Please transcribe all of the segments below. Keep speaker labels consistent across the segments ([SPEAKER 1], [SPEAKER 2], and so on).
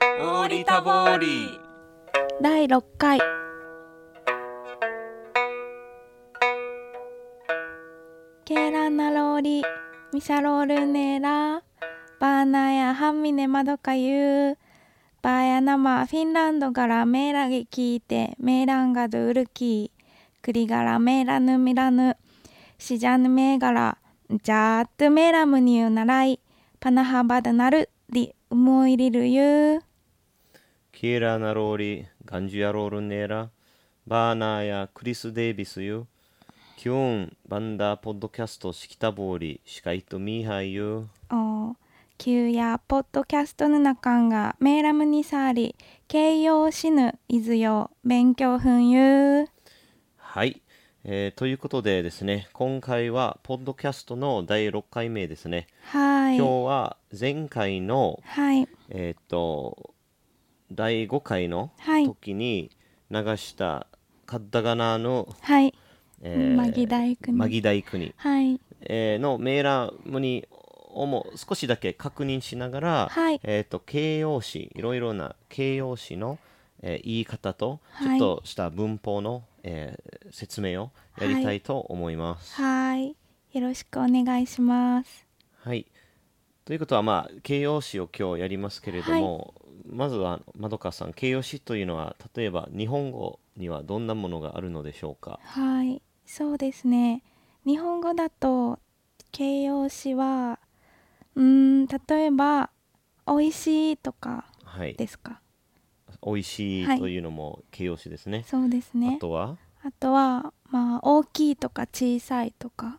[SPEAKER 1] ーリタボーリ
[SPEAKER 2] 第6回ケーランナローリミシャロールネーラバーナーやハンミネマドカユーバーヤナマフィンランドからメーラゲキーテメーランガドゥウルキークリガラメーラヌミラヌシジャヌメーガラジャーットメーラムニューナライパナハバドナルディウモイリルユー
[SPEAKER 3] キーラナローリ、ガンジュアロールネラ、バーナーやクリス・デイビスユ、キューン、バンダーポッドキャスト、シキタボーリ、シカイト・ミーハイユ、
[SPEAKER 2] お旧やポッドキャストヌナカンがメーラムニサーリ形容しぬいずよ勉強ふんゆう
[SPEAKER 3] はい、えーということでですね、今回は、ポッドキャストの第6回目ですね。
[SPEAKER 2] はい
[SPEAKER 3] 今日は、前回の、
[SPEAKER 2] はい
[SPEAKER 3] えーっと、第5回の
[SPEAKER 2] はい
[SPEAKER 3] 時に流した、カッダガナの、
[SPEAKER 2] はい
[SPEAKER 3] えー
[SPEAKER 2] マギ大工に
[SPEAKER 3] マギ大工に
[SPEAKER 2] はい
[SPEAKER 3] えーのメーラムにをも少しだけ確認しながら、
[SPEAKER 2] はい
[SPEAKER 3] えー、と形容詞いろいろな形容詞の、えー言い方とち
[SPEAKER 2] は
[SPEAKER 3] ょ
[SPEAKER 2] い
[SPEAKER 3] っとした文法の、えー説明をやりたいと思います。はい
[SPEAKER 2] はいよろしくお願いします
[SPEAKER 3] ということは、まあ、形容詞を今日やりますけれども、まずはまどかさん形容詞というのは例えば日本語にはどんなものがあるのでしょうか
[SPEAKER 2] はいそうですね日本語だと形容詞はうーん例えば美味しいとか
[SPEAKER 3] はい
[SPEAKER 2] ですか
[SPEAKER 3] 美味し
[SPEAKER 2] はい
[SPEAKER 3] いというのも形容詞ですね。
[SPEAKER 2] そうですね
[SPEAKER 3] あとは
[SPEAKER 2] あとはまあ大きいとか小さいとか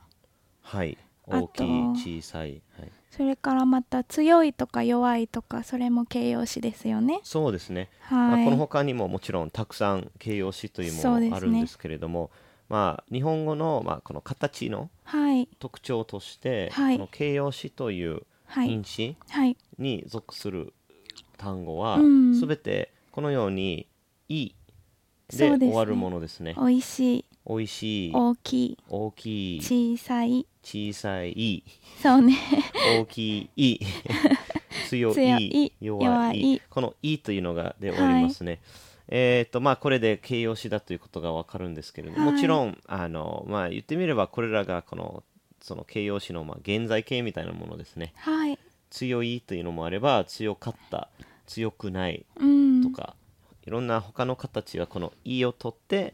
[SPEAKER 3] はい。
[SPEAKER 2] あと
[SPEAKER 3] 大きい、小さい。はい、
[SPEAKER 2] それからまた強いとか弱いとかそれも形容詞ですよね。
[SPEAKER 3] そうですね。
[SPEAKER 2] は
[SPEAKER 3] まあ、
[SPEAKER 2] い。
[SPEAKER 3] この他にももちろんたくさん形容詞というも
[SPEAKER 2] そうで
[SPEAKER 3] の
[SPEAKER 2] すね
[SPEAKER 3] があるんですけれども、まあ、日本語の、まあ、この形の
[SPEAKER 2] はい
[SPEAKER 3] 特徴として、
[SPEAKER 2] はい
[SPEAKER 3] この形容詞という
[SPEAKER 2] はい
[SPEAKER 3] 因子
[SPEAKER 2] はい
[SPEAKER 3] に属する単語は、
[SPEAKER 2] うん
[SPEAKER 3] すべてこのように「い」
[SPEAKER 2] そ
[SPEAKER 3] で
[SPEAKER 2] うですね
[SPEAKER 3] 終わるものですね。
[SPEAKER 2] 美味しい
[SPEAKER 3] おいしい、
[SPEAKER 2] 大き
[SPEAKER 3] 大き
[SPEAKER 2] い
[SPEAKER 3] い、
[SPEAKER 2] 小さい
[SPEAKER 3] 小さい、
[SPEAKER 2] そうね
[SPEAKER 3] 大きい強い
[SPEAKER 2] 強い
[SPEAKER 3] 弱い
[SPEAKER 2] 弱い
[SPEAKER 3] この「い」というのがで終わりますね、えっ、とまあこれで形容詞だということがわかるんですけれども、
[SPEAKER 2] はい
[SPEAKER 3] もちろんあのまあ言ってみればこれらがこのその形容詞のまあ現在形みたいなものですね
[SPEAKER 2] はい
[SPEAKER 3] 強いというのもあれば強かった強くない
[SPEAKER 2] うん
[SPEAKER 3] とか、いろんな他の形はこの「い」を取って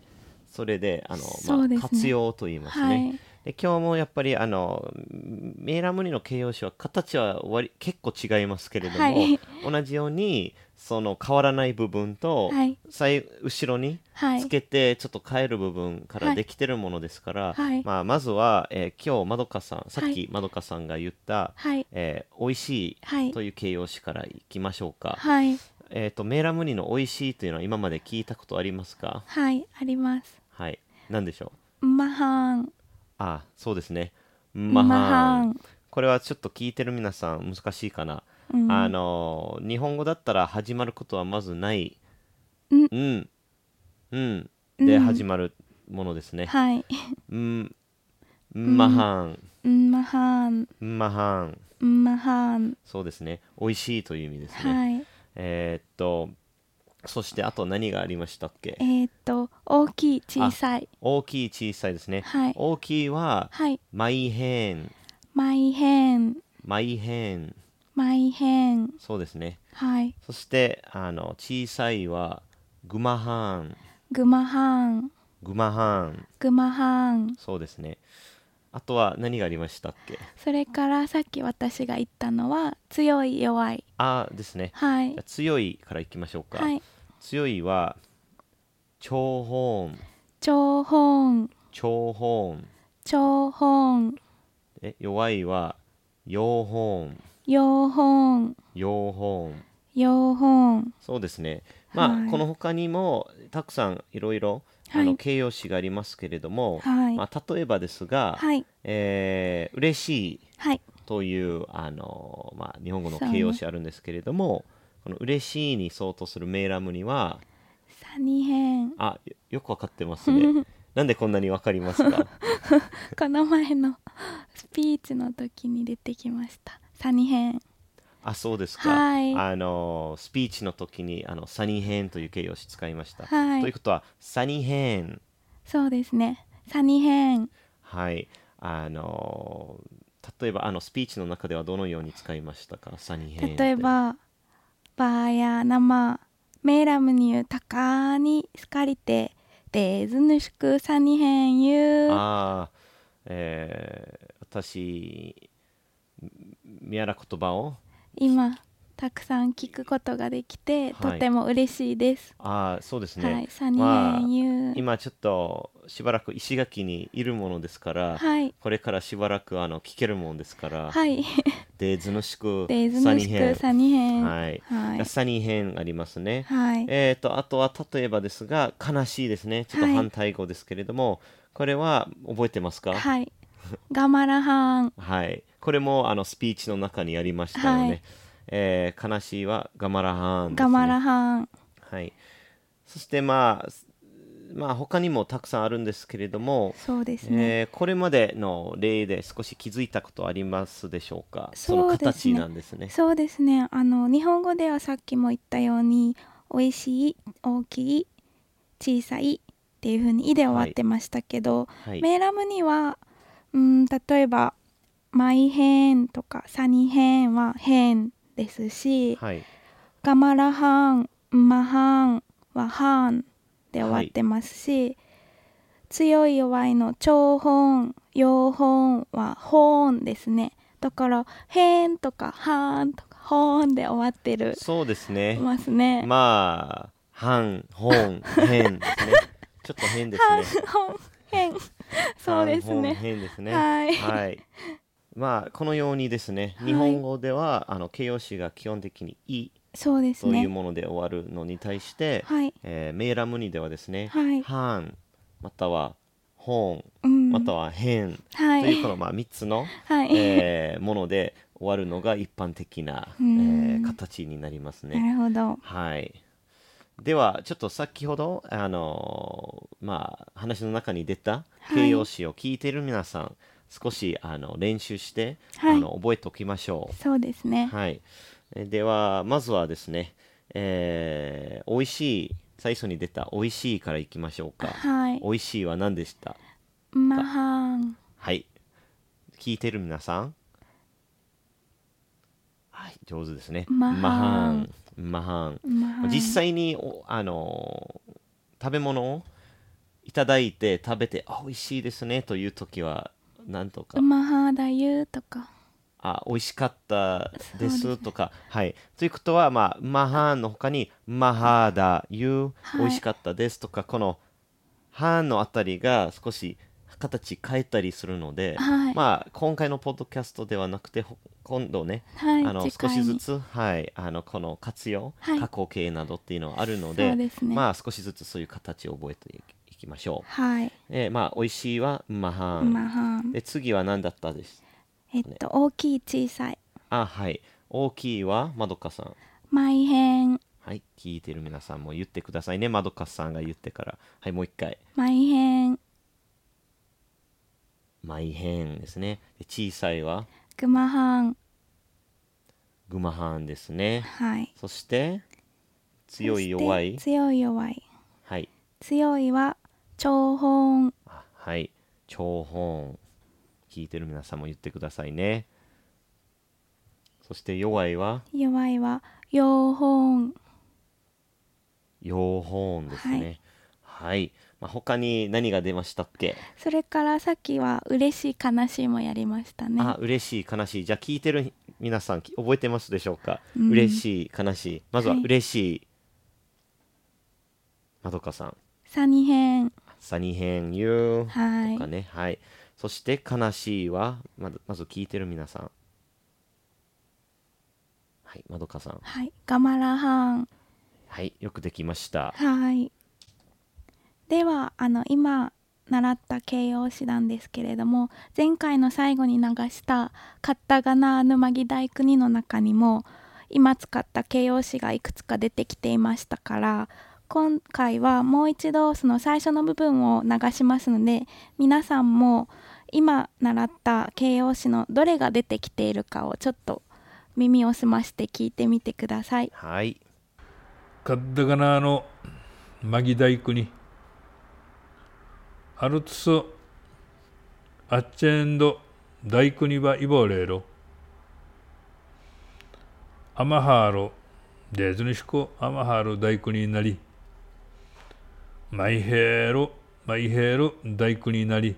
[SPEAKER 3] それであの、
[SPEAKER 2] そ
[SPEAKER 3] ま
[SPEAKER 2] うです
[SPEAKER 3] あ、
[SPEAKER 2] ね
[SPEAKER 3] 活用と言いますね、
[SPEAKER 2] はい
[SPEAKER 3] で今日もやっぱりあのメーラムニの形容詞は形は割結構違いますけれども、
[SPEAKER 2] はい
[SPEAKER 3] 同じようにその変わらない部分と、
[SPEAKER 2] はい
[SPEAKER 3] 最後ろに
[SPEAKER 2] はい
[SPEAKER 3] つけてちょっと変える部分か
[SPEAKER 2] は
[SPEAKER 3] ら
[SPEAKER 2] い
[SPEAKER 3] できてるものですから、
[SPEAKER 2] はい
[SPEAKER 3] まあ、まずは、えー今日まどかさんさっ
[SPEAKER 2] はい
[SPEAKER 3] きまどかさんが言った「
[SPEAKER 2] はい
[SPEAKER 3] えー美味し」
[SPEAKER 2] はいい
[SPEAKER 3] という形容詞からいきましょうか、
[SPEAKER 2] はい
[SPEAKER 3] えー、とメーラムニの「美味しい」というのは今まで聞いたことありますか
[SPEAKER 2] はいあります。
[SPEAKER 3] はい何でしょう
[SPEAKER 2] マハン
[SPEAKER 3] あそうですね
[SPEAKER 2] マ
[SPEAKER 3] マ
[SPEAKER 2] ハ
[SPEAKER 3] ハ
[SPEAKER 2] ン
[SPEAKER 3] ン。これはちょっと聞いてる皆さん難しいかな、
[SPEAKER 2] うん
[SPEAKER 3] あの日本語だったら始まることはまずない
[SPEAKER 2] ん
[SPEAKER 3] うんうん
[SPEAKER 2] う
[SPEAKER 3] で
[SPEAKER 2] ん
[SPEAKER 3] 始まるものですね
[SPEAKER 2] はい
[SPEAKER 3] うんマハ
[SPEAKER 2] うんマハン
[SPEAKER 3] ンマハン
[SPEAKER 2] うんマハン
[SPEAKER 3] そうですね美味しいという意味ですね、
[SPEAKER 2] はい
[SPEAKER 3] えーっとそしてあと何がありましたっけ
[SPEAKER 2] えーっと大きい小さい
[SPEAKER 3] 大きい小さいですね、
[SPEAKER 2] はい
[SPEAKER 3] 大きいは
[SPEAKER 2] はい
[SPEAKER 3] マイヘーン
[SPEAKER 2] マイヘン
[SPEAKER 3] マイヘーン
[SPEAKER 2] マイヘン
[SPEAKER 3] そうですね
[SPEAKER 2] はい
[SPEAKER 3] そしてあの小さいはグマハーン
[SPEAKER 2] グマハン
[SPEAKER 3] グマハーン
[SPEAKER 2] グマハン
[SPEAKER 3] そうですねあとは何がありましたっけ
[SPEAKER 2] それからさっき私が言ったのは強い弱い
[SPEAKER 3] あですね
[SPEAKER 2] はい
[SPEAKER 3] じゃあ強いからいきましょうか、
[SPEAKER 2] はい
[SPEAKER 3] 強いは長ホーン
[SPEAKER 2] 長本
[SPEAKER 3] 長ホーン
[SPEAKER 2] 長本
[SPEAKER 3] え弱いは陽ホーン
[SPEAKER 2] 陽本
[SPEAKER 3] 陽ホーン
[SPEAKER 2] 陽本
[SPEAKER 3] そうですねまあ、
[SPEAKER 2] はい
[SPEAKER 3] この他にもたくさんいろいろあ
[SPEAKER 2] は
[SPEAKER 3] の
[SPEAKER 2] い
[SPEAKER 3] 形容詞がありますけれども、
[SPEAKER 2] はい
[SPEAKER 3] まあ、例えばですが、
[SPEAKER 2] はい
[SPEAKER 3] えー嬉しい
[SPEAKER 2] はい
[SPEAKER 3] というあの、まあ、日本語の
[SPEAKER 2] そうね
[SPEAKER 3] 形容詞あるんですけれども、この「嬉しい」に相当するメーラムには
[SPEAKER 2] サニヘン
[SPEAKER 3] あよよくわかってます ねなんでこんなにわかりますか
[SPEAKER 2] この前のスピーチの時に出てきましたサニヘン
[SPEAKER 3] あそうですか、
[SPEAKER 2] はい
[SPEAKER 3] あのスピーチの時にあのサニーヘーンという形容詞使いました、
[SPEAKER 2] はい
[SPEAKER 3] ということはサニーヘーン
[SPEAKER 2] そうですねサニーヘン
[SPEAKER 3] はいあの例えばあのスピーチの中ではどのように使いましたかサニーヘーンって
[SPEAKER 2] 例えばバーや生メーラムニュータカーに好かれてデーズヌシクサニーヘンユー
[SPEAKER 3] ああ、えー、私宮ら言葉を
[SPEAKER 2] 今たくさん聞くことができて、
[SPEAKER 3] はい
[SPEAKER 2] とても嬉しいです、
[SPEAKER 3] ああそうですね、
[SPEAKER 2] はいサニーヘンユー、
[SPEAKER 3] 今ちょっとしばらく石垣にいるものですから、
[SPEAKER 2] はい
[SPEAKER 3] これからしばらくあの聞けるもんですから、
[SPEAKER 2] はい
[SPEAKER 3] デーズの宿
[SPEAKER 2] デーズ
[SPEAKER 3] サ
[SPEAKER 2] ヌ
[SPEAKER 3] ニー
[SPEAKER 2] シ
[SPEAKER 3] ヘ
[SPEAKER 2] ク
[SPEAKER 3] ン
[SPEAKER 2] サニーヘン
[SPEAKER 3] はい、
[SPEAKER 2] はい
[SPEAKER 3] サニーヘンありますね、
[SPEAKER 2] はい
[SPEAKER 3] えー、とあとは例えばですが悲しいですねちょっと
[SPEAKER 2] はい
[SPEAKER 3] 反対語ですけれども、これは覚えてますかい、
[SPEAKER 2] はいガマラハン
[SPEAKER 3] これもあのスピーチの中にやりましたよね、
[SPEAKER 2] はい
[SPEAKER 3] えー悲しいはガマラハーンですね
[SPEAKER 2] ガマラハン
[SPEAKER 3] はい、そしてまあすまあ他にもたくさんあるんですけれども、
[SPEAKER 2] そうですね、
[SPEAKER 3] えーこれまでの例で少し気づいたことありますでしょうか
[SPEAKER 2] そう
[SPEAKER 3] の
[SPEAKER 2] ですね
[SPEAKER 3] 形なんですね
[SPEAKER 2] そうですねあの日本語ではさっきも言ったように美味しい大きい小さいっていう風に「い」で終わってましたけど、
[SPEAKER 3] はい
[SPEAKER 2] メーラムにはうん例えば「マイヘーン」とか「サニーヘーン」は「ヘーン」ですし、
[SPEAKER 3] はい
[SPEAKER 2] ガマラハーン、ンマハーンはハーンで終わってますし、強い弱いの長本、陽本はホーンですね。だから、ヘーンとかハーンとかホーンで終わってる
[SPEAKER 3] そうですね
[SPEAKER 2] ますね。
[SPEAKER 3] まあ半本変ですね ちょっと変です
[SPEAKER 2] ハ
[SPEAKER 3] ね
[SPEAKER 2] ーン、ホン、ヘン。そうです
[SPEAKER 3] 半本
[SPEAKER 2] ね。
[SPEAKER 3] 変ですね
[SPEAKER 2] はい
[SPEAKER 3] はいまあこのようにですね、
[SPEAKER 2] はい
[SPEAKER 3] 日本語ではあの形容詞が基本的に「い」
[SPEAKER 2] そうです
[SPEAKER 3] という
[SPEAKER 2] ね。
[SPEAKER 3] もので終わるのに対して、
[SPEAKER 2] はい。
[SPEAKER 3] えーメーラムニではですね「
[SPEAKER 2] はい
[SPEAKER 3] はん」または「ほん」
[SPEAKER 2] うん。
[SPEAKER 3] または「へん」
[SPEAKER 2] は
[SPEAKER 3] というこ
[SPEAKER 2] い。
[SPEAKER 3] のまあ3つの、
[SPEAKER 2] はい。
[SPEAKER 3] えーもので終わるのが一般的な、え
[SPEAKER 2] うん
[SPEAKER 3] ー形になりますね。
[SPEAKER 2] なるほど。
[SPEAKER 3] はい。ではちょっと先ほどあのーまあ話の中に出た
[SPEAKER 2] はい
[SPEAKER 3] 形容詞を聞いている皆さん、少しあの練習して、
[SPEAKER 2] はい
[SPEAKER 3] あの覚えておきましょ
[SPEAKER 2] そうです
[SPEAKER 3] う。
[SPEAKER 2] ね。
[SPEAKER 3] はい。えではまずはですね、えー、美味しい最初に出た美味しいからいきましょうか。
[SPEAKER 2] はい。
[SPEAKER 3] 美味しいは何でした。
[SPEAKER 2] マハーン。
[SPEAKER 3] はい。聞いてる皆さん。はい、上手ですね。
[SPEAKER 2] マハン
[SPEAKER 3] マハン。
[SPEAKER 2] マハーン。
[SPEAKER 3] 実際におあのー食べ物をいただいて食べてあ美味しいですねという時はなんとか、
[SPEAKER 2] マハーだゆとか。
[SPEAKER 3] あ美味しかったで
[SPEAKER 2] そうです
[SPEAKER 3] す
[SPEAKER 2] ね
[SPEAKER 3] とかはいということはまあマハンの他にマハーダユ
[SPEAKER 2] はい
[SPEAKER 3] 美味しかったですとかこのハンのあたりが少し形変えたりするので、
[SPEAKER 2] はい
[SPEAKER 3] まあ今回のポッドキャストではなくてほ今度ね
[SPEAKER 2] はい、
[SPEAKER 3] あの
[SPEAKER 2] 次
[SPEAKER 3] 少
[SPEAKER 2] 回
[SPEAKER 3] し
[SPEAKER 2] に
[SPEAKER 3] ずつ、はい、あのこの活用、
[SPEAKER 2] はい
[SPEAKER 3] 過去形などっていうのはあるの
[SPEAKER 2] そ
[SPEAKER 3] で
[SPEAKER 2] うですね
[SPEAKER 3] まあ、少しずつそういう形を覚えていきいきましょう。
[SPEAKER 2] はい、
[SPEAKER 3] えーまあ、美味しいはマハン、
[SPEAKER 2] まあはん
[SPEAKER 3] で次は何だったです
[SPEAKER 2] えっと大きい小さい
[SPEAKER 3] あはい大きいはまどかさん
[SPEAKER 2] マイヘン
[SPEAKER 3] はい聞いてる皆さんも言ってくださいねまどかさんが言ってからはいもう一回
[SPEAKER 2] マイヘン
[SPEAKER 3] マイヘンですねで小さいは
[SPEAKER 2] グマハン
[SPEAKER 3] グマハンですね
[SPEAKER 2] はい
[SPEAKER 3] そして強い
[SPEAKER 2] そして
[SPEAKER 3] 弱い
[SPEAKER 2] 強い弱い
[SPEAKER 3] はい
[SPEAKER 2] 強いは長本
[SPEAKER 3] あはい長本聞いてる皆さんも言ってくださいねそして弱いは
[SPEAKER 2] 弱いは陽本
[SPEAKER 3] 用本ですねはい、まあ、他に何が出ましたっけ、
[SPEAKER 2] それからさっきは嬉しい悲しいもやりましたね
[SPEAKER 3] あ嬉しい悲しいじゃあ聞いてる皆さんき覚えてますでしょうか、
[SPEAKER 2] うん
[SPEAKER 3] 嬉しい悲しいまずは
[SPEAKER 2] はい
[SPEAKER 3] 嬉しい、まどかさん
[SPEAKER 2] サニヘン
[SPEAKER 3] サニヘンユー
[SPEAKER 2] はい
[SPEAKER 3] とかねはい、そして悲しいはまずまず聞いてる皆さんはいまどかさん
[SPEAKER 2] はいガマラハン
[SPEAKER 3] はい、よくできました。
[SPEAKER 2] はい。ではあの今習った形容詞なんですけれども前回の最後に流した「カッタガナーヌマギ大国」の中にも今使った形容詞がいくつか出てきていましたから今回はもう一度その最初の部分を流しますので皆さんも今習った形容詞のどれが出てきているかをちょっと耳を澄まして聞いてみてください
[SPEAKER 3] はい。
[SPEAKER 4] カッダガナーのマギ大工にアルツスアッチェンド大工にばイボレーロアマハーロデーズニシコアマハーロ大工になりマイヘーロマイヘーロ大工になり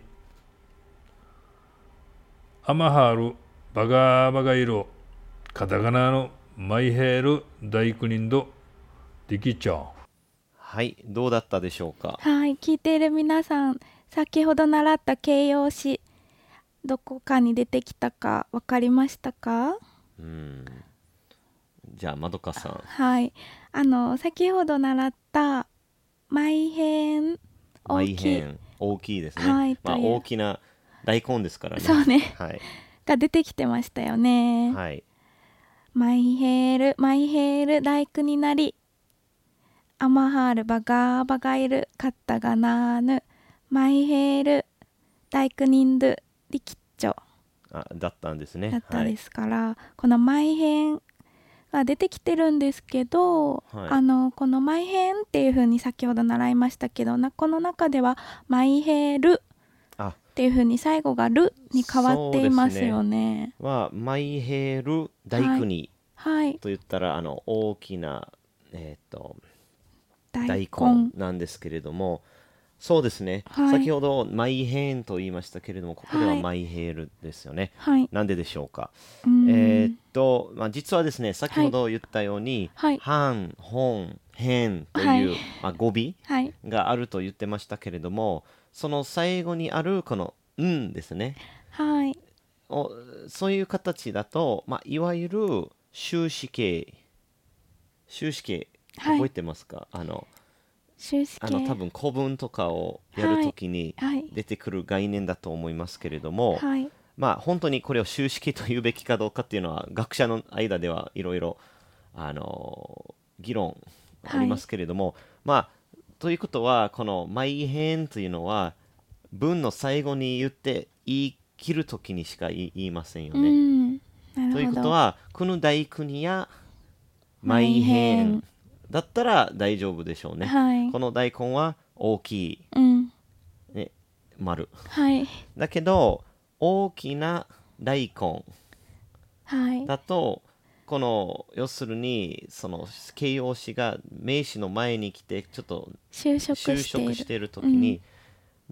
[SPEAKER 4] アマハーロバガーバガイロカタガナーのマイヘーロ大工人どできちゃう。
[SPEAKER 3] はい。どうだったでしょうか
[SPEAKER 2] はい聞いている皆さん先ほど習った形容詞どこかに出てきたか分かりましたか
[SPEAKER 3] うん。じゃあ、まどかさん。
[SPEAKER 2] はいあの先ほど習った「毎変」大
[SPEAKER 3] 大
[SPEAKER 2] きい
[SPEAKER 3] 変大きいですね。
[SPEAKER 2] はい
[SPEAKER 3] まあ、
[SPEAKER 2] という
[SPEAKER 3] 大きな大根ですからね。
[SPEAKER 2] そうね
[SPEAKER 3] はい。
[SPEAKER 2] が出てきてましたよね。
[SPEAKER 3] はい。
[SPEAKER 2] マイヘールマイヘール大工になりアマハールバガーバガイルカッタガナーヌマイヘール大工人ドゥリキッチョ
[SPEAKER 3] あ、だったんですね。
[SPEAKER 2] だったで
[SPEAKER 3] は
[SPEAKER 2] すから、この「マイヘン」が出てきてるんですけど、
[SPEAKER 3] はい
[SPEAKER 2] あのこの「マイヘン」っていう風に先ほど習いましたけどなこの中では「マイヘール」
[SPEAKER 3] い。あ、
[SPEAKER 2] っていう風に最後が「ル」に変わっていますよね。
[SPEAKER 3] は、マイヘール大工に
[SPEAKER 2] はい、
[SPEAKER 3] と言ったら、あの、大きな、えっ、と、
[SPEAKER 2] 大
[SPEAKER 3] 大
[SPEAKER 2] 根
[SPEAKER 3] 根なんですけれども、そうですね、
[SPEAKER 2] はい
[SPEAKER 3] 先ほどマイヘーンと言いましたけれども、ここでははいマイヘールですよね。
[SPEAKER 2] はい、
[SPEAKER 3] なんででしょうか。
[SPEAKER 2] うん
[SPEAKER 3] えーっと、まあ、実はですね、先ほど言ったように、
[SPEAKER 2] はい
[SPEAKER 3] ハン、ホン、ヘンという、
[SPEAKER 2] はい
[SPEAKER 3] まあ、語尾
[SPEAKER 2] はい、
[SPEAKER 3] があると言ってましたけれども、その最後にあるこの、んですね。
[SPEAKER 2] はい、
[SPEAKER 3] おそういう形だと、まあ、いわゆる終止形。終止形、
[SPEAKER 2] はい
[SPEAKER 3] 覚えてますか、あの、
[SPEAKER 2] 終止
[SPEAKER 3] あの多
[SPEAKER 2] 形
[SPEAKER 3] 分古文とかをやるときに
[SPEAKER 2] はい
[SPEAKER 3] 出てくる概念だと思いますけれども、
[SPEAKER 2] はい
[SPEAKER 3] まあ本当にこれを修式と言うべきかどうかっていうのは学者の間ではいろいろあの議論ありますけれども、まあということはこの「毎編」というのは文の最後に言って言い切るときにしか言い言いませんよ
[SPEAKER 2] う
[SPEAKER 3] ね。
[SPEAKER 2] んなるほど
[SPEAKER 3] ということはこの大国や「毎
[SPEAKER 2] 毎
[SPEAKER 3] 編
[SPEAKER 2] 編」
[SPEAKER 3] だったら大丈夫でしょうね。
[SPEAKER 2] はい
[SPEAKER 3] この大根は大き
[SPEAKER 2] うん
[SPEAKER 3] い、ね、丸。
[SPEAKER 2] はい
[SPEAKER 3] だけど、大きな大根
[SPEAKER 2] はい
[SPEAKER 3] だと、この、要するに、その形容詞が名詞の前に来て、ちょっと
[SPEAKER 2] 就職してい
[SPEAKER 3] 就
[SPEAKER 2] る
[SPEAKER 3] 職している時に、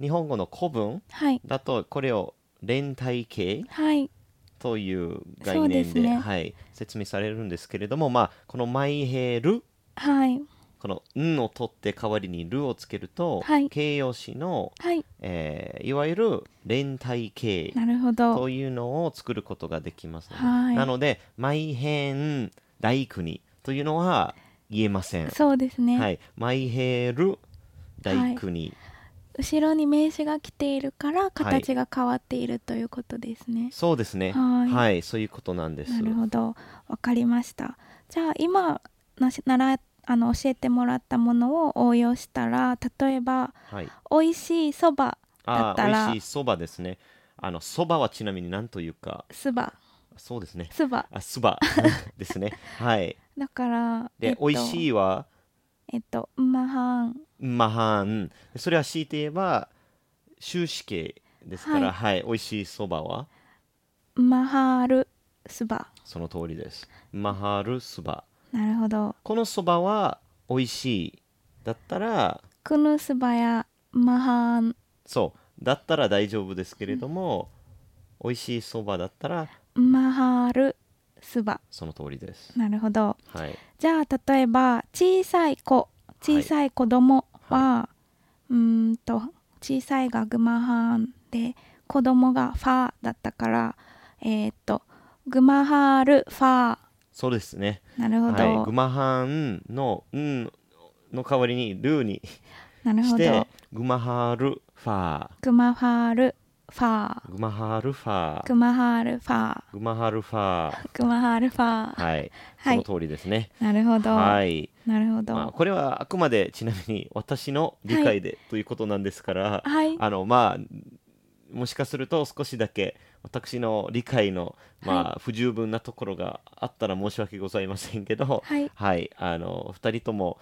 [SPEAKER 3] 日本語の古文
[SPEAKER 2] はい
[SPEAKER 3] だと、これを連帯形
[SPEAKER 2] はい
[SPEAKER 3] という
[SPEAKER 2] そ
[SPEAKER 3] 概
[SPEAKER 2] うで
[SPEAKER 3] 念
[SPEAKER 2] す
[SPEAKER 3] で
[SPEAKER 2] ね
[SPEAKER 3] はい、説明されるんですけれども、まあ、このマイヘル、
[SPEAKER 2] はい
[SPEAKER 3] この「ん」を取って代わりに「る」をつけると、
[SPEAKER 2] はい
[SPEAKER 3] 形容詞の
[SPEAKER 2] はい
[SPEAKER 3] えーいわゆる連帯形
[SPEAKER 2] なるほ
[SPEAKER 3] と
[SPEAKER 2] ど
[SPEAKER 3] いうのを作ることができます、ね
[SPEAKER 2] はい
[SPEAKER 3] なので「毎変大国」というのは言えません。
[SPEAKER 2] そうですね、
[SPEAKER 3] はい、毎変る大国、
[SPEAKER 2] 後ろに名詞が来ているから形が変わっているということですね、
[SPEAKER 3] そうですね
[SPEAKER 2] はい
[SPEAKER 3] はい、そういうことなんです
[SPEAKER 2] な。るほどわかりましたじゃあ今のし習いあの教えてもらったものを応用したら例えば
[SPEAKER 3] はい、
[SPEAKER 2] 美味しいそばだ
[SPEAKER 3] あ
[SPEAKER 2] った
[SPEAKER 3] ー
[SPEAKER 2] ら
[SPEAKER 3] 美味しいそばですね。あのそばはちなみに何というか
[SPEAKER 2] すば
[SPEAKER 3] そうですね。
[SPEAKER 2] すば
[SPEAKER 3] あそばですね。はい。
[SPEAKER 2] だから
[SPEAKER 3] で、美味し
[SPEAKER 2] い
[SPEAKER 3] いは
[SPEAKER 2] えっとうまはん
[SPEAKER 3] まはんそれは強いて言えば終止形ですからはい、美味しいそばは
[SPEAKER 2] うまはるすば
[SPEAKER 3] その通りですまはるそば
[SPEAKER 2] なるほど
[SPEAKER 3] このそばは美味しいだったら
[SPEAKER 2] くぬすばやまはん
[SPEAKER 3] そうだったら大丈夫ですけれども、美味しいそばだったら
[SPEAKER 2] まはるすば
[SPEAKER 3] その通りです
[SPEAKER 2] なるほど
[SPEAKER 3] はい
[SPEAKER 2] じゃあ例えば小さい子小さい子供は、うーんと小さいがグマハーンで子供がファーだったからえーっとグマハールファ
[SPEAKER 3] そうですね
[SPEAKER 2] ーなるほど、
[SPEAKER 3] はいグマハンの「ん」の代わりに「ルー」に
[SPEAKER 2] なる
[SPEAKER 3] し
[SPEAKER 2] ほ
[SPEAKER 3] て
[SPEAKER 2] ど
[SPEAKER 3] グマハルファ
[SPEAKER 2] グマファールファー
[SPEAKER 3] ーグマハルファー
[SPEAKER 2] グマハールファー
[SPEAKER 3] グマハルファー
[SPEAKER 2] グマハールファー、
[SPEAKER 3] はい、
[SPEAKER 2] はい
[SPEAKER 3] その通りですね。
[SPEAKER 2] なるほど、
[SPEAKER 3] はい、
[SPEAKER 2] なるほど、
[SPEAKER 3] まあ、これはあくまでちなみに私の理解で、ということなんですから、
[SPEAKER 2] はい
[SPEAKER 3] あのまあもしかすると少しだけ私の理解の、ま
[SPEAKER 2] は
[SPEAKER 3] あ、不十分なところがあったら申し訳ございませんけど、
[SPEAKER 2] はい
[SPEAKER 3] あの2人とも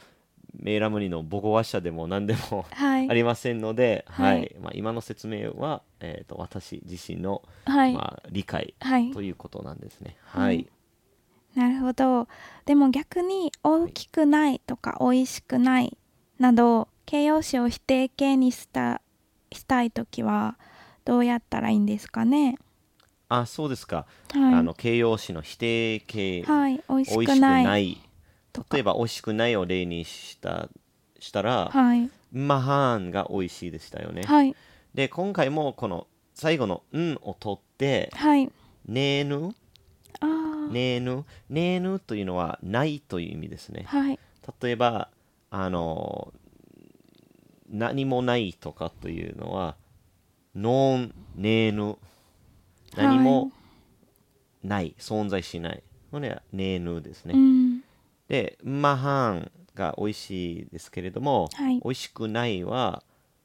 [SPEAKER 3] メイラムニの母語話者でも何でも
[SPEAKER 2] はい
[SPEAKER 3] ありませんので、
[SPEAKER 2] はい
[SPEAKER 3] はいまあ、今の説明は、えー、と私自身の、
[SPEAKER 2] はい、
[SPEAKER 3] まあ、理解
[SPEAKER 2] はい
[SPEAKER 3] ということなんですね。
[SPEAKER 2] は
[SPEAKER 3] はいい
[SPEAKER 2] なるほどでも逆に大きくないとか美味しくないなど形容詞を否定形にしたしたい時はどうやったらいいんですかね
[SPEAKER 3] あそうですか、
[SPEAKER 2] はい
[SPEAKER 3] あの形容詞の否定形、
[SPEAKER 2] はい美味
[SPEAKER 3] 美味
[SPEAKER 2] し
[SPEAKER 3] し
[SPEAKER 2] く
[SPEAKER 3] く
[SPEAKER 2] ない
[SPEAKER 3] ない
[SPEAKER 2] とか
[SPEAKER 3] 例えば美味しくないを例にしたしたら、
[SPEAKER 2] はい
[SPEAKER 3] マハーンが美味しいでしたよね、
[SPEAKER 2] はい
[SPEAKER 3] で今回もこの最後の「ん」を取って
[SPEAKER 2] はい
[SPEAKER 3] 「ねーぬ」
[SPEAKER 2] あー
[SPEAKER 3] 「ねーぬ」「ねーぬ」というのは「ない」という意味ですね
[SPEAKER 2] はい
[SPEAKER 3] 例えばあの何もないとかというのは「ノーン」「ねーぬ」何もない存在しないこれは「ねーぬ」ですね、
[SPEAKER 2] うん
[SPEAKER 3] で、うんまはんが美味しいですけれども、
[SPEAKER 2] はい
[SPEAKER 3] 美味しくないは、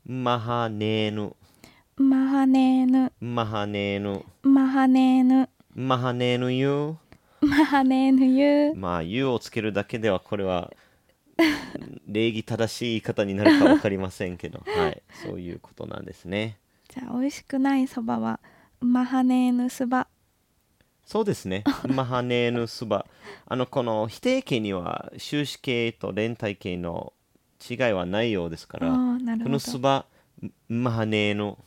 [SPEAKER 3] うんまはねーぬ、
[SPEAKER 2] マハネーヌ
[SPEAKER 3] うんまはねーぬ、
[SPEAKER 2] マハネーヌ
[SPEAKER 3] うんまはねーぬゆ
[SPEAKER 2] マハネーヌユ
[SPEAKER 3] う。まあ、ゆうをつけるだけでは、これ は、礼儀正しい言い方になるかわかりませんけど、はい、そういうことなんですね。
[SPEAKER 2] じゃあ美味しくないそばはマハネーヌスバ
[SPEAKER 3] そうです ね。うんまはねーぬすば。あの、この否定形には、終止形と連帯形の違いはないようですか
[SPEAKER 2] あ
[SPEAKER 3] ら、こ
[SPEAKER 2] ーなるほ
[SPEAKER 3] の
[SPEAKER 2] ど
[SPEAKER 3] すば、うんまはねーぬ。
[SPEAKER 2] は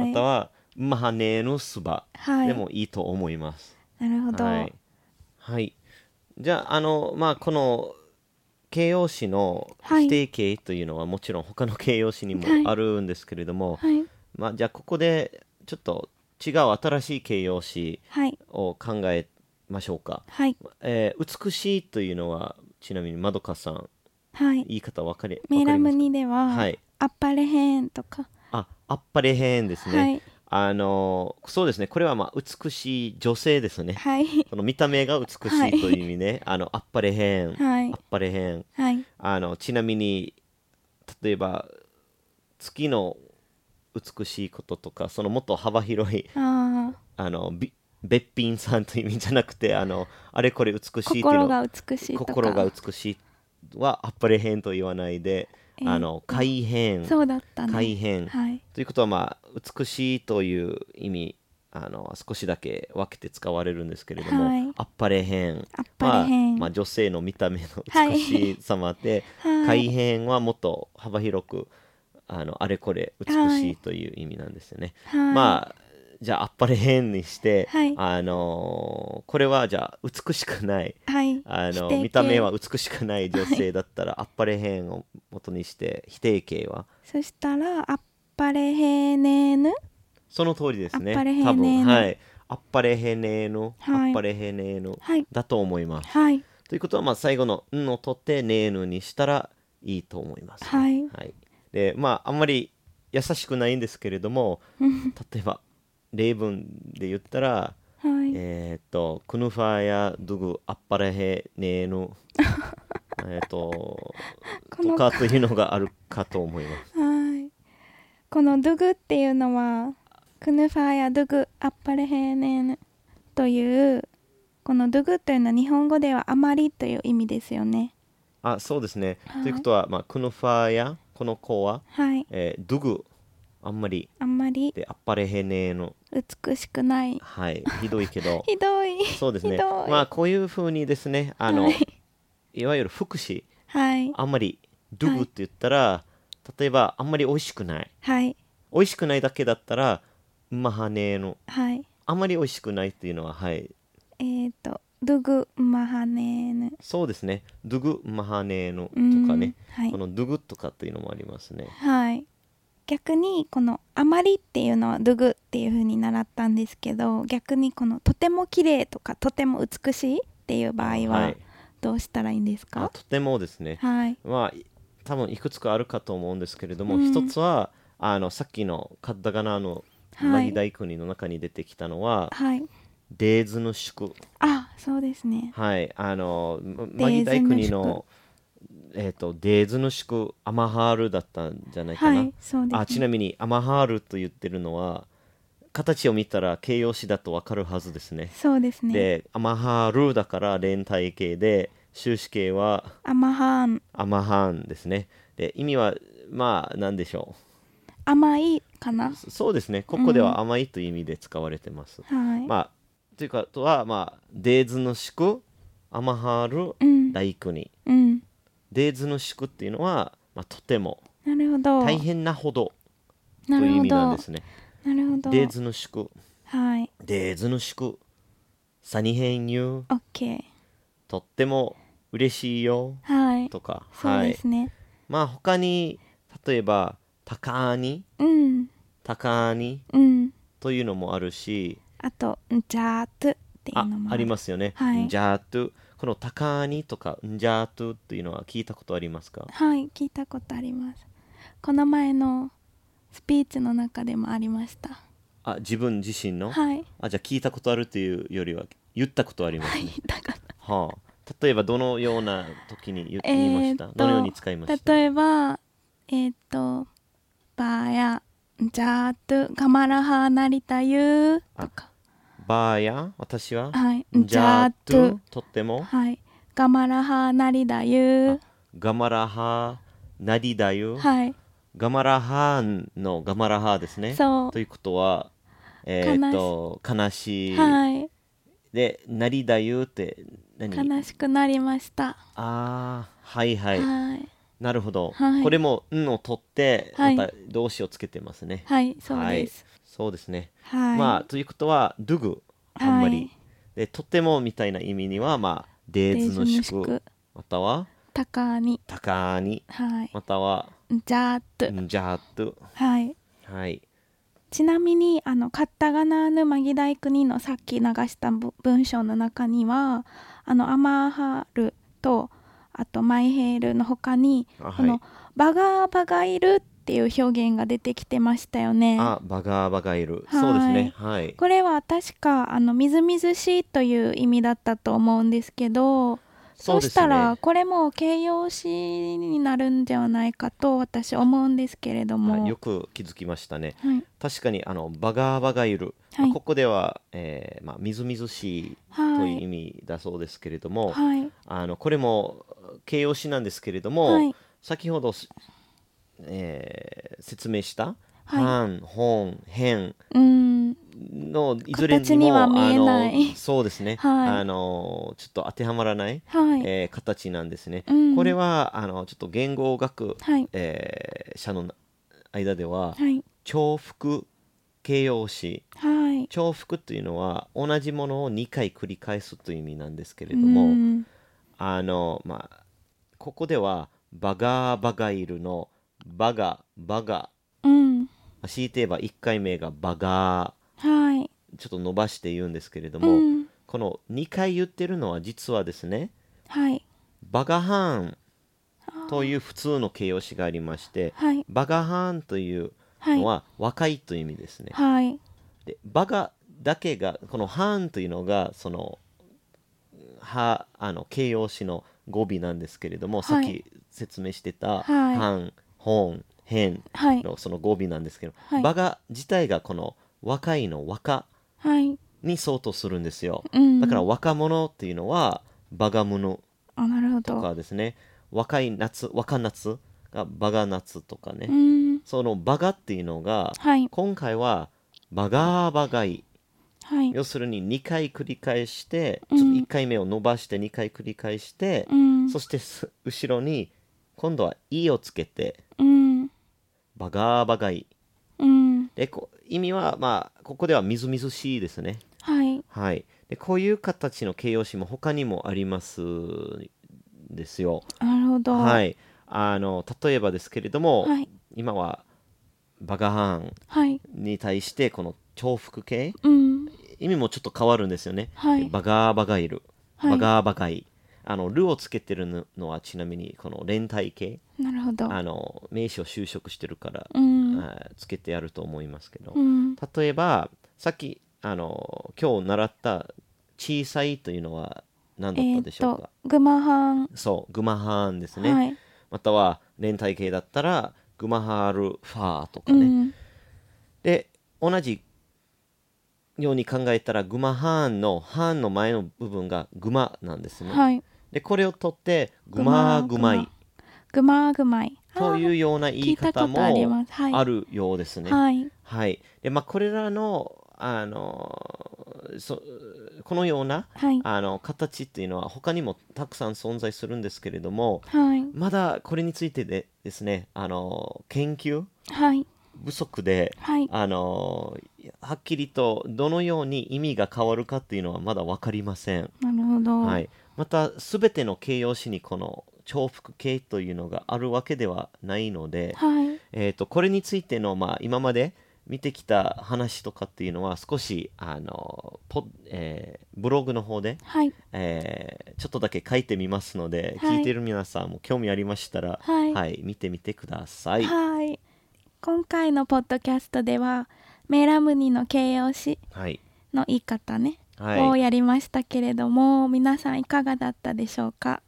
[SPEAKER 3] ま
[SPEAKER 2] い
[SPEAKER 3] たは、マハネーのスバ
[SPEAKER 2] はい
[SPEAKER 3] でもいいと思います。
[SPEAKER 2] なるほど
[SPEAKER 3] はい。はい。じゃあ、あの、まあ、この形容詞の
[SPEAKER 2] はい
[SPEAKER 3] 否定形というのはもちろん他の形容詞にも
[SPEAKER 2] はい
[SPEAKER 3] あるんですけれども、
[SPEAKER 2] はい
[SPEAKER 3] まあ、じゃあここでちょっと違う新しい形容詞
[SPEAKER 2] はい
[SPEAKER 3] を考えましょうか。
[SPEAKER 2] はい
[SPEAKER 3] えー美しいというのはちなみにまどかさん
[SPEAKER 2] はい
[SPEAKER 3] 言い方わかりわか
[SPEAKER 2] メ
[SPEAKER 3] り
[SPEAKER 2] ラ
[SPEAKER 3] ま
[SPEAKER 2] ム
[SPEAKER 3] すか
[SPEAKER 2] ニでは、
[SPEAKER 3] はい
[SPEAKER 2] あっぱれへんとか、
[SPEAKER 3] ああっぱれへんですね。
[SPEAKER 2] はい
[SPEAKER 3] あのそうですねこれはまあ美しい女性ですね、
[SPEAKER 2] はい
[SPEAKER 3] この見た目が美し
[SPEAKER 2] はい
[SPEAKER 3] いという意味 ね、あのあっぱれへん、
[SPEAKER 2] はい
[SPEAKER 3] あっぱれへん
[SPEAKER 2] はい
[SPEAKER 3] あのちなみに例えば月の美しいこととかそのもっと幅広い
[SPEAKER 2] ああ
[SPEAKER 3] あのびべっぴんさんという意味じゃなくてあのあれこれ美しいっていう
[SPEAKER 2] 心
[SPEAKER 3] の
[SPEAKER 2] が美しいとか
[SPEAKER 3] 心が美しいはあっぱれへんと言わないで、
[SPEAKER 2] えー
[SPEAKER 3] あの改変
[SPEAKER 2] そうだったね
[SPEAKER 3] 改変
[SPEAKER 2] はい
[SPEAKER 3] ということはまあ美しいという意味あの少しだけ分けて使われるんですけれども、
[SPEAKER 2] はい
[SPEAKER 3] あっぱれへん
[SPEAKER 2] あっぱれへん
[SPEAKER 3] まあ女性の見た目の
[SPEAKER 2] はい
[SPEAKER 3] 美しさまで、
[SPEAKER 2] はい
[SPEAKER 3] 改変はもっと幅広くあのあれこれ美しいという意味なんですよね。
[SPEAKER 2] はい
[SPEAKER 3] まあじゃああっぱれへんにして、
[SPEAKER 2] はい
[SPEAKER 3] あのーこれはじゃあ美しくない
[SPEAKER 2] はい
[SPEAKER 3] あ
[SPEAKER 2] 否
[SPEAKER 3] の
[SPEAKER 2] 定形
[SPEAKER 3] 見た目は美しくない女性だったら、あっぱれへんを元にして否定形は
[SPEAKER 2] そしたらあっぱれへねぬ
[SPEAKER 3] その通りですね。
[SPEAKER 2] あっぱれへねー
[SPEAKER 3] 多分
[SPEAKER 2] の
[SPEAKER 3] はい。あっぱれへねーの、
[SPEAKER 2] はい
[SPEAKER 3] あっぱれへねーの、
[SPEAKER 2] はい
[SPEAKER 3] だと思います。
[SPEAKER 2] はい
[SPEAKER 3] ということは、まあ、最後の「ん」を取って「ねーぬ」にしたらいいと思います、
[SPEAKER 2] はい
[SPEAKER 3] でまああんまり優しくないんですけれども例えば例文で言ったら「
[SPEAKER 2] はい、
[SPEAKER 3] えーっとクヌファーやドゥグあっぱれへねーぬ」 えーっと
[SPEAKER 2] この
[SPEAKER 3] とかというのがあるかと思います。
[SPEAKER 2] はいこのドゥグっていうのはクヌファーやドゥグアッパレヘーネーヌというこのドゥグというのは日本語ではあまりという意味ですよね
[SPEAKER 3] あそうですね、
[SPEAKER 2] はい
[SPEAKER 3] ということは、まあ、クヌファーやこの子は
[SPEAKER 2] はい
[SPEAKER 3] えードゥグあんまり
[SPEAKER 2] あんまり
[SPEAKER 3] であっぱれへねーの
[SPEAKER 2] 美しくない
[SPEAKER 3] はいひどいけ ど
[SPEAKER 2] ひどい
[SPEAKER 3] そうですね
[SPEAKER 2] ひどい
[SPEAKER 3] まあこういうふうにですねあの、
[SPEAKER 2] はい
[SPEAKER 3] い、わゆる福祉
[SPEAKER 2] はい
[SPEAKER 3] あんまりドゥグって言ったら、例えばあんまり美味しくない
[SPEAKER 2] はい
[SPEAKER 3] 美味しくないだけだったらうまはねーの
[SPEAKER 2] はい
[SPEAKER 3] あんまり美味しくないっていうのははい
[SPEAKER 2] えー、とドゥグマハネーヌ
[SPEAKER 3] そうですねドゥグうまはねーのと
[SPEAKER 2] うん
[SPEAKER 3] かね、
[SPEAKER 2] はい
[SPEAKER 3] このドゥグとかっていうのもありますね
[SPEAKER 2] はい逆にこの「あまり」っていうのは「ドゥグ」っていう風に習ったんですけど逆にこの「とても綺麗とか「とても美しい」っていう場合
[SPEAKER 3] は
[SPEAKER 2] はいどうしたらいいんです
[SPEAKER 3] あ
[SPEAKER 2] か
[SPEAKER 3] とてもですね
[SPEAKER 2] はい
[SPEAKER 3] まあい多分いくつかあるかと思うんですけれども、
[SPEAKER 2] うん
[SPEAKER 3] 一つはあのさっきのカッダガナの
[SPEAKER 2] はい
[SPEAKER 3] マギ大国の中に出てきたのは、
[SPEAKER 2] はい
[SPEAKER 3] デーズの宿
[SPEAKER 2] あそうですね
[SPEAKER 3] はいあのま
[SPEAKER 2] ズの宿
[SPEAKER 3] マギ大国のえっ、とデーズの宿アマハールだったんじゃないか
[SPEAKER 2] は
[SPEAKER 3] な、
[SPEAKER 2] いそうですね
[SPEAKER 3] あちなみにアマハールと言ってるのは形を見たら形容詞だとわかるはずですね。
[SPEAKER 2] そうですね。
[SPEAKER 3] で、アマハルだから連帯形で、終止形は
[SPEAKER 2] アマハーン、
[SPEAKER 3] アマハンですね。で、意味はまあ何でしょ
[SPEAKER 2] 甘いかな。
[SPEAKER 3] う。そうですね。ここでは甘いという意味で使われてます。
[SPEAKER 2] はい。
[SPEAKER 3] まあ、というか、あとは、まあ、デーズの宿、アマハル
[SPEAKER 2] うん、
[SPEAKER 3] 大国。
[SPEAKER 2] うん、
[SPEAKER 3] デーズの宿っていうのは、まあ、とても
[SPEAKER 2] なるほど。
[SPEAKER 3] 大変なほどと
[SPEAKER 2] ないる
[SPEAKER 3] う意
[SPEAKER 2] ほ
[SPEAKER 3] 味なん
[SPEAKER 2] ど
[SPEAKER 3] で。すね。
[SPEAKER 2] なるほど。
[SPEAKER 3] デーズの宿、
[SPEAKER 2] はい。
[SPEAKER 3] デーズの宿、サニヘンユ
[SPEAKER 2] オッケー。
[SPEAKER 3] とっても嬉しいよ
[SPEAKER 2] はい。
[SPEAKER 3] とか、
[SPEAKER 2] そう
[SPEAKER 3] は
[SPEAKER 2] で
[SPEAKER 3] い
[SPEAKER 2] す。ね。
[SPEAKER 3] まあ、他に、例えば、高に、
[SPEAKER 2] うん、
[SPEAKER 3] 高に
[SPEAKER 2] うん。
[SPEAKER 3] というのもあるし、
[SPEAKER 2] あと、んじゃーとっていう
[SPEAKER 3] あ
[SPEAKER 2] のも。
[SPEAKER 3] ありますすよね。
[SPEAKER 2] はい
[SPEAKER 3] んじゃーと、この高にとか、んじゃーとっていうのは聞いたことありますか
[SPEAKER 2] はい、聞いたことあります。この前のスピーチの中でもありました。
[SPEAKER 3] あ自分自身の、
[SPEAKER 2] はい。
[SPEAKER 3] あじゃあ聞いたことあるというよりは言ったことあります
[SPEAKER 2] はい
[SPEAKER 3] ね、、
[SPEAKER 2] だから。
[SPEAKER 3] はあ、例えばどのような時に言言いま
[SPEAKER 2] え
[SPEAKER 3] し
[SPEAKER 2] ー
[SPEAKER 3] た、
[SPEAKER 2] っと
[SPEAKER 3] どのように使いました
[SPEAKER 2] 例えばえーっと「ばやじゃーとがまらはなりたゆ」とか
[SPEAKER 3] ばあや私は
[SPEAKER 2] はい「
[SPEAKER 3] じ
[SPEAKER 2] じゃ
[SPEAKER 3] ゃあ
[SPEAKER 2] ーと
[SPEAKER 3] ととって」も
[SPEAKER 2] はい「がまらはなりだゆ
[SPEAKER 3] がまらはなりだ」よ、
[SPEAKER 2] はい
[SPEAKER 3] がまらはのがまらはですね
[SPEAKER 2] そう
[SPEAKER 3] ということはえーっと悲しい、
[SPEAKER 2] はい
[SPEAKER 3] でなりだよって何
[SPEAKER 2] 悲しくなりました
[SPEAKER 3] あーはいは、
[SPEAKER 2] はいい
[SPEAKER 3] なるほど、
[SPEAKER 2] はい
[SPEAKER 3] これも「ん」を取って
[SPEAKER 2] は
[SPEAKER 3] ま
[SPEAKER 2] い
[SPEAKER 3] た動詞をつけてますね、
[SPEAKER 2] はいそうです
[SPEAKER 3] そうですね。
[SPEAKER 2] はい
[SPEAKER 3] まあということはドゥグ
[SPEAKER 2] はい
[SPEAKER 3] あんまり、でとてもみたいな意味にはまあデーズの
[SPEAKER 2] デーズの
[SPEAKER 3] 宿
[SPEAKER 2] 宿
[SPEAKER 3] または
[SPEAKER 2] 「たかに
[SPEAKER 3] たかに」
[SPEAKER 2] はい
[SPEAKER 3] または
[SPEAKER 2] 「じゃーと」
[SPEAKER 3] んじゃっと
[SPEAKER 2] はい
[SPEAKER 3] はい
[SPEAKER 2] ちなみにあのカッタガナーヌマギダイクニのさっき流したぶ文章の中にはあのアマーハルとあとマイヘールの他に
[SPEAKER 3] あ
[SPEAKER 2] この、
[SPEAKER 3] はい
[SPEAKER 2] バガーバガイルっていう表現が出てきてましたよね。
[SPEAKER 3] あバガーバガいる
[SPEAKER 2] はい
[SPEAKER 3] そうですねはい
[SPEAKER 2] これは確かあのみずみずしいという意味だったと思うんですけど
[SPEAKER 3] そ
[SPEAKER 2] そう
[SPEAKER 3] で
[SPEAKER 2] う
[SPEAKER 3] すね
[SPEAKER 2] したらこれも形容詞になるんではないかと私思うんですけれども。
[SPEAKER 3] あよく気づきましたね
[SPEAKER 2] はい
[SPEAKER 3] 確かにあのバガーバガいる、
[SPEAKER 2] はい
[SPEAKER 3] まあここでは、えーまあ、みずみずしいと
[SPEAKER 2] は
[SPEAKER 3] いう意
[SPEAKER 2] い
[SPEAKER 3] 味だそうですけれども、
[SPEAKER 2] はい
[SPEAKER 3] あのこれも形容詞なんですけれども、
[SPEAKER 2] はい
[SPEAKER 3] 先ほどす、えー説明した「
[SPEAKER 2] はい
[SPEAKER 3] はん」「ほん」「へん
[SPEAKER 2] うん」
[SPEAKER 3] のいずれにも
[SPEAKER 2] 形には見えない
[SPEAKER 3] あのそうですね、
[SPEAKER 2] はい
[SPEAKER 3] あのちょっと当てはまらない、
[SPEAKER 2] はい、
[SPEAKER 3] えー形なんですね。
[SPEAKER 2] うん
[SPEAKER 3] これはあのちょっと言語学、
[SPEAKER 2] はい
[SPEAKER 3] えー者の間では
[SPEAKER 2] はい
[SPEAKER 3] 重複形容詞
[SPEAKER 2] はい
[SPEAKER 3] 重複というのは同じものを2回繰り返すという意味なんですけれ
[SPEAKER 2] う
[SPEAKER 3] ども。
[SPEAKER 2] ん
[SPEAKER 3] あのまあここではバガーバガイルのバガバガ
[SPEAKER 2] うん
[SPEAKER 3] まあ強いて言えば1回目がバガ
[SPEAKER 2] はい
[SPEAKER 3] ーちょっと伸ばして言うんですけれど
[SPEAKER 2] う
[SPEAKER 3] も、
[SPEAKER 2] ん
[SPEAKER 3] この2回言ってるのは実はですね
[SPEAKER 2] はい
[SPEAKER 3] バガハーンという普通の形容詞がありまして
[SPEAKER 2] はい
[SPEAKER 3] バガハーンという
[SPEAKER 2] は
[SPEAKER 3] の
[SPEAKER 2] い
[SPEAKER 3] は若いという意味ですね、
[SPEAKER 2] はい
[SPEAKER 3] でバガだけがこのハーンというのがそのはあの形容詞の語尾なんですけれども、
[SPEAKER 2] はい
[SPEAKER 3] さっき説明してた、
[SPEAKER 2] はい
[SPEAKER 3] ハンホンヘン
[SPEAKER 2] はい
[SPEAKER 3] のその語尾なんですけど、
[SPEAKER 2] はい
[SPEAKER 3] バガ自体がこの若いの若
[SPEAKER 2] はい
[SPEAKER 3] に相当するんですよ、
[SPEAKER 2] うん
[SPEAKER 3] だから若者っていうのはバガムノ
[SPEAKER 2] あなるほ
[SPEAKER 3] と
[SPEAKER 2] ど
[SPEAKER 3] かですね若い夏若夏がバガ夏とかね、
[SPEAKER 2] うん
[SPEAKER 3] そのバガっていうのが、
[SPEAKER 2] はい
[SPEAKER 3] 今回はバガーバガイ
[SPEAKER 2] はい
[SPEAKER 3] 要するに2回繰り返して、
[SPEAKER 2] うん
[SPEAKER 3] ちょっと1回目を伸ばして2回繰り返して、
[SPEAKER 2] うん
[SPEAKER 3] そしてす後ろに今度は「い」をつけて
[SPEAKER 2] うん
[SPEAKER 3] 「バガーバガイ
[SPEAKER 2] うん」
[SPEAKER 3] でこ意味はまあここでは「みずみずしい」ですね
[SPEAKER 2] はい
[SPEAKER 3] はいでこういう形の形容詞も他にもありますですよ
[SPEAKER 2] なるほど
[SPEAKER 3] はいいあの例えばですけれども、
[SPEAKER 2] はい
[SPEAKER 3] 今はバガハン
[SPEAKER 2] はい
[SPEAKER 3] に対してこの重複形
[SPEAKER 2] うん
[SPEAKER 3] 意味もちょっと変わるんですよね、
[SPEAKER 2] はい
[SPEAKER 3] バガーバガイル
[SPEAKER 2] は
[SPEAKER 3] バ
[SPEAKER 2] い
[SPEAKER 3] ガーバガイ、あのルをつけてるののはちなみにこの連帯形
[SPEAKER 2] なるほど
[SPEAKER 3] あの名詞を修飾してるから、
[SPEAKER 2] うん
[SPEAKER 3] あーつけてあると思いますけど、
[SPEAKER 2] うん
[SPEAKER 3] 例えばさっきあの今日習った小さいというのは何
[SPEAKER 2] え
[SPEAKER 3] だった
[SPEAKER 2] ー
[SPEAKER 3] で
[SPEAKER 2] っ
[SPEAKER 3] しょうか
[SPEAKER 2] と、グマハン
[SPEAKER 3] そうグマハーンですね、
[SPEAKER 2] はい
[SPEAKER 3] または連帯形だったらグマハールファーとか
[SPEAKER 2] う
[SPEAKER 3] ね、
[SPEAKER 2] ん
[SPEAKER 3] で同じように考えたらグマハーンのハーンの前の部分がグマなんですね、
[SPEAKER 2] はい。
[SPEAKER 3] でこれを取ってグマグマイ
[SPEAKER 2] ぐまぐまい。あー
[SPEAKER 3] というような言
[SPEAKER 2] 聞
[SPEAKER 3] い
[SPEAKER 2] いた
[SPEAKER 3] 方
[SPEAKER 2] こと
[SPEAKER 3] も
[SPEAKER 2] あります。はい。
[SPEAKER 3] あるようですね。はい、
[SPEAKER 2] はい。
[SPEAKER 3] でまあこれらのあのそこのような
[SPEAKER 2] はい。
[SPEAKER 3] あの形っていうのは他にもたくさん存在するんですけれども
[SPEAKER 2] はい。
[SPEAKER 3] まだこれについてでですねあの研究
[SPEAKER 2] はい。
[SPEAKER 3] 不足で
[SPEAKER 2] はい。
[SPEAKER 3] あのはっきりとどのように意味が変わるかっていうのはまだ分かりません。
[SPEAKER 2] なるほど。
[SPEAKER 3] はい、また全ての形容詞にこの重複形というのがあるわけではないので、
[SPEAKER 2] はい。
[SPEAKER 3] えー、とこれについての、まあ、今まで見てきた話とかっていうのは少しあのポ、えーブログの方で、
[SPEAKER 2] はい。
[SPEAKER 3] えーちょっとだけ書いてみますので、
[SPEAKER 2] はい
[SPEAKER 3] 聞いてる皆さんも興味ありましたら、
[SPEAKER 2] はい
[SPEAKER 3] 見てみてください。
[SPEAKER 2] はい。今回のポッドキャストでは、メラムニの形容詞
[SPEAKER 3] はい
[SPEAKER 2] の言い方ね、
[SPEAKER 3] はい
[SPEAKER 2] をやりましたけれども、皆さんいかがだったでしょうか。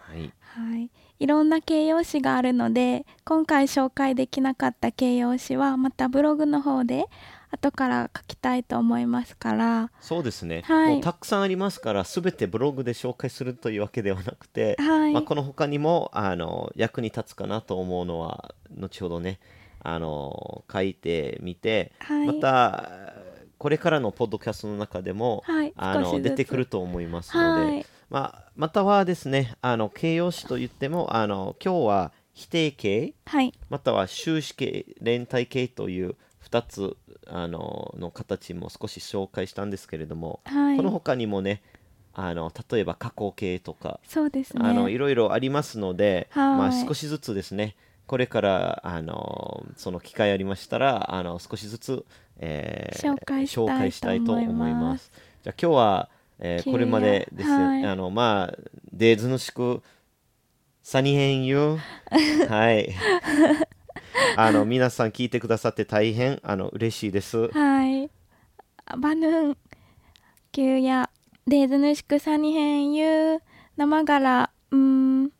[SPEAKER 3] はい
[SPEAKER 2] はい。いろんな形容詞があるので、今回紹介できなかった形容詞は、またブログの方で、後から書きたいと思いますから、
[SPEAKER 3] そうですね、
[SPEAKER 2] はい
[SPEAKER 3] もうたくさんありますから全てブログで紹介するというわけではなくて、
[SPEAKER 2] はい
[SPEAKER 3] まあ、この他にもあの役に立つかなと思うのは後ほどねあの書いてみて、
[SPEAKER 2] はい
[SPEAKER 3] またこれからのポッドキャストの中でも、
[SPEAKER 2] はい
[SPEAKER 3] あ
[SPEAKER 2] 少し
[SPEAKER 3] の
[SPEAKER 2] ずつ
[SPEAKER 3] 出てくると思いますので、
[SPEAKER 2] はい
[SPEAKER 3] まあ、またはですねあの形容詞といってもあの今日は否定形
[SPEAKER 2] はい。
[SPEAKER 3] または終止形連帯形という2つあのの形も少し紹介したんですけれども、
[SPEAKER 2] はい
[SPEAKER 3] この他にもねあの例えば過去形とか、
[SPEAKER 2] そうですね。
[SPEAKER 3] あのいろいろありますので、
[SPEAKER 2] はい
[SPEAKER 3] まあ、少しずつですねこれからあのその機会ありましたらあの少しずつ、えー
[SPEAKER 2] 紹介したいと思
[SPEAKER 3] 紹介したい
[SPEAKER 2] います
[SPEAKER 3] と思います。じゃあ今日は、えー
[SPEAKER 2] キーヤ
[SPEAKER 3] これまでですね、
[SPEAKER 2] はい
[SPEAKER 3] あのまあデーズの宿サニヘン ユーはいあの皆さん聞いてくださって大変あの嬉しいです。
[SPEAKER 2] はい。バヌーン、キューヤ、デーズヌシクサニヘンユー、生ガラ、うーん、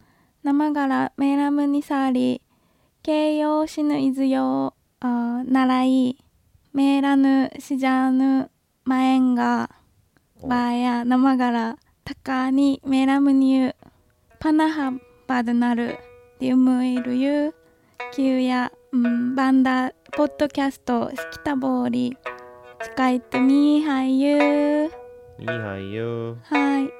[SPEAKER 2] 生ガラ、メラムニサーリ、形容詞ぬいずよ、あーならい、メーラヌ、シジャーヌ、マエンガ、バーヤ、生ガラ、タカニ、メラムニユ、パナハバドナル、デュムイルユ、キューヤ、うん、バンダ、ポッドキャスト、スキタボーリ、スカイトミーハイユー。
[SPEAKER 3] ミーハイユー
[SPEAKER 2] はい。